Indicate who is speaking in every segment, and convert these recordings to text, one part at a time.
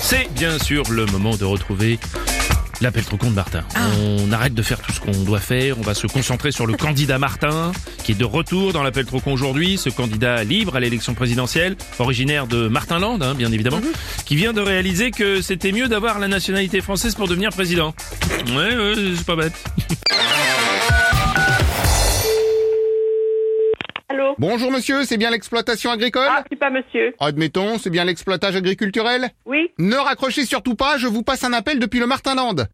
Speaker 1: C'est bien sûr le moment de retrouver l'appel trop con de Martin. On arrête de faire tout ce qu'on doit faire, on va se concentrer sur le candidat Martin, qui est de retour dans l'appel trop con aujourd'hui, ce candidat libre à l'élection présidentielle, originaire de Martinland, hein, bien évidemment, qui vient de réaliser que c'était mieux d'avoir la nationalité française pour devenir président. Ouais, ouais, c'est pas bête.
Speaker 2: Allô
Speaker 3: Bonjour monsieur, c'est bien l'exploitation agricole
Speaker 2: Ah, c'est pas monsieur.
Speaker 3: Admettons, c'est bien l'exploitage agriculturel
Speaker 2: Oui,
Speaker 3: Ne raccrochez surtout pas, je vous passe un appel depuis le Martinland.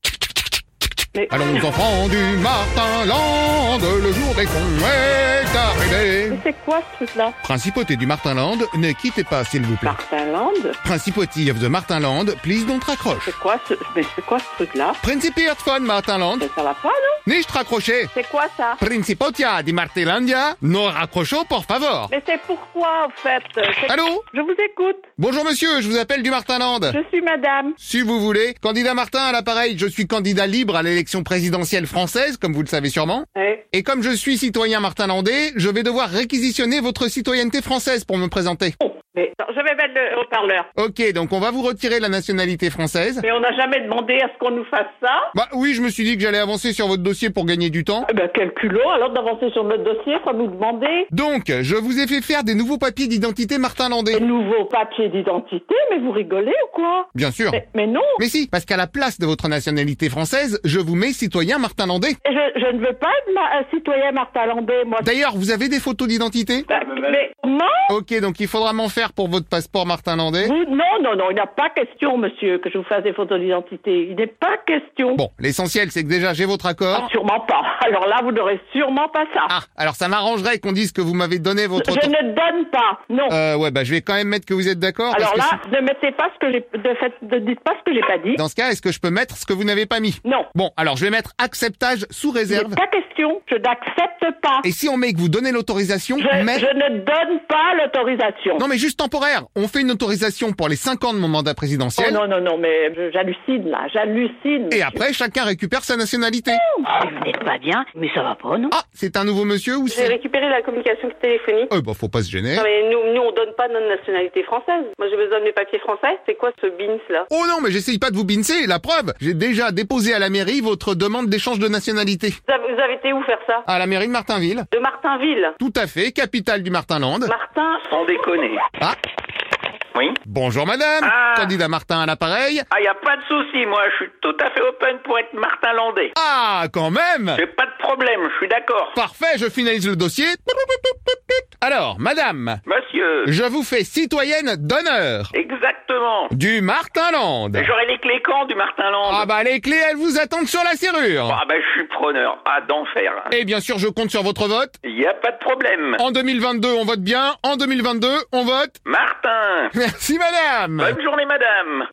Speaker 2: mais...
Speaker 3: Allons enfants du Martinland, le jour des cons est arrivé.
Speaker 2: Mais c'est quoi ce truc-là
Speaker 3: Principauté du Martinland, ne quittez pas s'il vous plaît.
Speaker 2: Martinland
Speaker 3: Principauty of the Martinland, please don't raccroche.
Speaker 2: C'est quoi ce... Mais c'est quoi ce truc-là
Speaker 3: Principi von Martinland,
Speaker 2: Mais ça va pas, non
Speaker 3: nicht raccroché.
Speaker 2: C'est quoi ça
Speaker 3: Principotia di Martinlandia, non raccrocho por favor.
Speaker 2: Mais c'est pourquoi, en fait c'est-
Speaker 3: Allô
Speaker 2: Je vous écoute.
Speaker 3: Bonjour monsieur, je vous appelle du Martinland.
Speaker 2: Je suis madame.
Speaker 3: Si vous voulez, candidat Martin à l'appareil, je suis candidat libre à l'élection présidentielle française, comme vous le savez sûrement.
Speaker 2: Eh,
Speaker 3: Et comme je suis citoyen martinlandais, je vais devoir réquisitionner votre citoyenneté française pour me présenter.
Speaker 2: mais... Attends, je vais mettre le haut-parleur.
Speaker 3: Ok, donc on va vous retirer la nationalité française.
Speaker 2: Mais on n'a jamais demandé à ce qu'on nous fasse ça.
Speaker 3: Bah oui, je me suis dit que j'allais avancer sur votre dossier pour gagner du temps.
Speaker 2: Eh ben, quel culot, alors d'avancer sur notre dossier sans nous demander
Speaker 3: Donc, je vous ai fait faire des nouveaux papiers d'identité
Speaker 2: des
Speaker 3: martinlandais.
Speaker 2: nouveaux papiers d'identité. Mais vous rigolez ou quoi
Speaker 3: Bien sûr.
Speaker 2: mais, mais non
Speaker 3: Mais si, parce qu'à la place de votre nationalité française, je vous mets citoyen martinlandais.
Speaker 2: je, je ne veux pas être ma- un citoyen martalandais, moi.
Speaker 3: D'ailleurs, vous avez des photos d'identité
Speaker 2: Bah, mais comment
Speaker 3: Ok, donc il faudra m'en faire pour votre passeport martinlandais.
Speaker 2: Vous- non, non, non, il n'a pas question, monsieur, que je vous fasse des photos d'identité. Il n'est pas question.
Speaker 3: Bon, l'essentiel, c'est que déjà j'ai votre
Speaker 2: Ah,
Speaker 3: accord.
Speaker 2: sûrement pas. Alors là, vous n'aurez sûrement pas ça.
Speaker 3: Ah, alors ça m'arrangerait qu'on dise que vous m'avez donné votre...
Speaker 2: je ne donne pas. Non.
Speaker 3: Euh, ouais, bah je vais quand même mettre que vous êtes d'accord. parce
Speaker 2: Alors
Speaker 3: que
Speaker 2: là, ne mettez pas ce que j'ai, de fait, ne dites pas ce que j'ai pas dit.
Speaker 3: si- Dans ce cas, est-ce que je peux mettre ce que vous n'avez pas mis
Speaker 2: Non.
Speaker 3: Bon, alors je vais mettre acceptage sous
Speaker 2: Il
Speaker 3: réserve.
Speaker 2: n'est pas question. Je n'accepte pas.
Speaker 3: Et si on met que vous donnez l'autorisation,
Speaker 2: Je,
Speaker 3: mais...
Speaker 2: je ne donne pas l'autorisation.
Speaker 3: Non mais juste temporaire. On fait une autorisation pour les 5 ans de mon mandat
Speaker 2: Oh,
Speaker 3: présidentiel.
Speaker 2: non, non, non, mais je- j'hallucine là, j'hallucine.
Speaker 3: Et après, chacun récupère sa nationalité.
Speaker 4: Vous n'êtes pas bien, Ah, mais ça va pas, non
Speaker 3: Ah, c'est un nouveau monsieur ou
Speaker 5: J'ai
Speaker 3: c'est...
Speaker 5: récupéré la communication téléphonique.
Speaker 3: Euh, bah faut pas se gêner.
Speaker 5: Non, mais nous, nous, on donne pas notre nationalité française. Moi, j'ai besoin de mes papiers français. C'est quoi ce bins là
Speaker 3: Oh non, mais j'essaye pas de vous bincer, la preuve J'ai déjà déposé à la mairie votre demande d'échange de nationalité.
Speaker 5: vous avez, vous avez été où faire ça
Speaker 3: À la mairie de Martinville.
Speaker 5: De Martinville.
Speaker 3: Tout à fait, capitale du Martinland.
Speaker 5: Martin,
Speaker 6: Sans déconner.
Speaker 3: Ah
Speaker 6: Oui
Speaker 3: Bonjour madame
Speaker 6: Ah.
Speaker 3: Candidat Martin à l'appareil.
Speaker 6: Ah, y a pas de souci, moi, je suis tout à fait open pour être Martin Landais.
Speaker 3: Ah, quand même
Speaker 6: J'ai pas de problème, je suis d'accord.
Speaker 3: Parfait, je finalise le dossier. Alors, madame,
Speaker 6: Monsieur,
Speaker 3: je vous fais citoyenne d'honneur
Speaker 6: exactement.
Speaker 3: du Martinland.
Speaker 6: Mais J'aurai les clés quand du Martin Land
Speaker 3: Ah bah les clés, elles vous attendent sur la serrure.
Speaker 6: Ah bah, je suis preneur. Ah, d'enfer.
Speaker 3: Et bien sûr, je compte sur votre vote.
Speaker 6: Y a pas de problème.
Speaker 3: En 2022, on vote bien. En 2022, on vote.
Speaker 6: Martin Bah
Speaker 3: Merci madame
Speaker 6: Bonne journée, madame